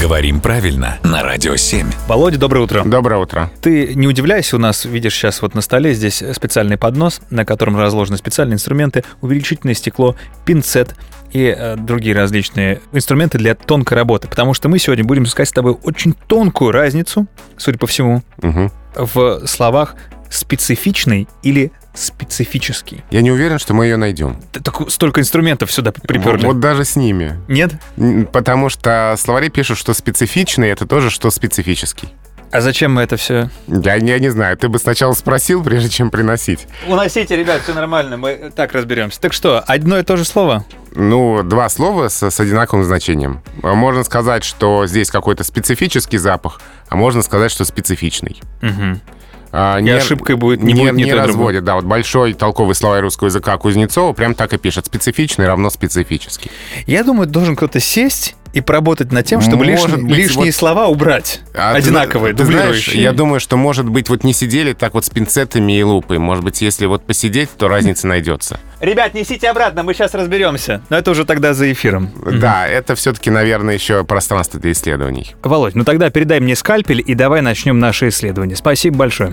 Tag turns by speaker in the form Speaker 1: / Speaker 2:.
Speaker 1: Говорим правильно на Радио 7.
Speaker 2: Володя, доброе утро.
Speaker 3: Доброе утро.
Speaker 2: Ты не удивляйся, у нас, видишь, сейчас вот на столе здесь специальный поднос, на котором разложены специальные инструменты, увеличительное стекло, пинцет и э, другие различные инструменты для тонкой работы. Потому что мы сегодня будем искать с тобой очень тонкую разницу, судя по всему,
Speaker 3: Мгм.
Speaker 2: в словах «специфичный» или «специфический».
Speaker 3: Я не уверен, что мы ее найдем.
Speaker 2: Ты так столько инструментов сюда приперли.
Speaker 3: Вот даже с ними.
Speaker 2: Нет?
Speaker 3: М, Потому что словари пишут, что специфичный это тоже, что специфический.
Speaker 2: А зачем мы это все?
Speaker 3: Я, я не знаю, ты бы сначала спросил, прежде чем приносить.
Speaker 2: Уносите, ребят, все нормально, мы так разберемся. Так что, одно и то же слово?
Speaker 3: Ну, два слова с, с одинаковым значением. А Можно сказать, что здесь какой-то специфический запах, а можно сказать, что специфичный.
Speaker 2: Угу.
Speaker 3: А,
Speaker 2: И ошибкой будет- не будет ни
Speaker 3: не
Speaker 2: то, ни другое.
Speaker 3: разводят, да. Вот большой толковый словарь русского языка Кузнецова прям так и пишет. Специфичный равно специфический.
Speaker 2: Я думаю, должен кто-то сесть и поработать над тем, чтобы
Speaker 3: Может
Speaker 2: лишние,
Speaker 3: быть,
Speaker 2: лишние
Speaker 3: вот-
Speaker 2: слова убрать.
Speaker 3: А ты
Speaker 2: одинаковые,
Speaker 3: зна- ты знаешь,
Speaker 2: дублирующие.
Speaker 3: я думаю, что, может быть, вот не сидели так вот с пинцетами и лупой. Может быть, если вот посидеть, то разница найдется.
Speaker 2: Ребят, несите обратно, мы сейчас разберемся. Но это уже тогда за эфиром.
Speaker 3: Да, это все-таки, наверное, еще пространство для исследований.
Speaker 2: Володь, ну тогда передай мне скальпель и давай начнем наше исследование. Спасибо большое.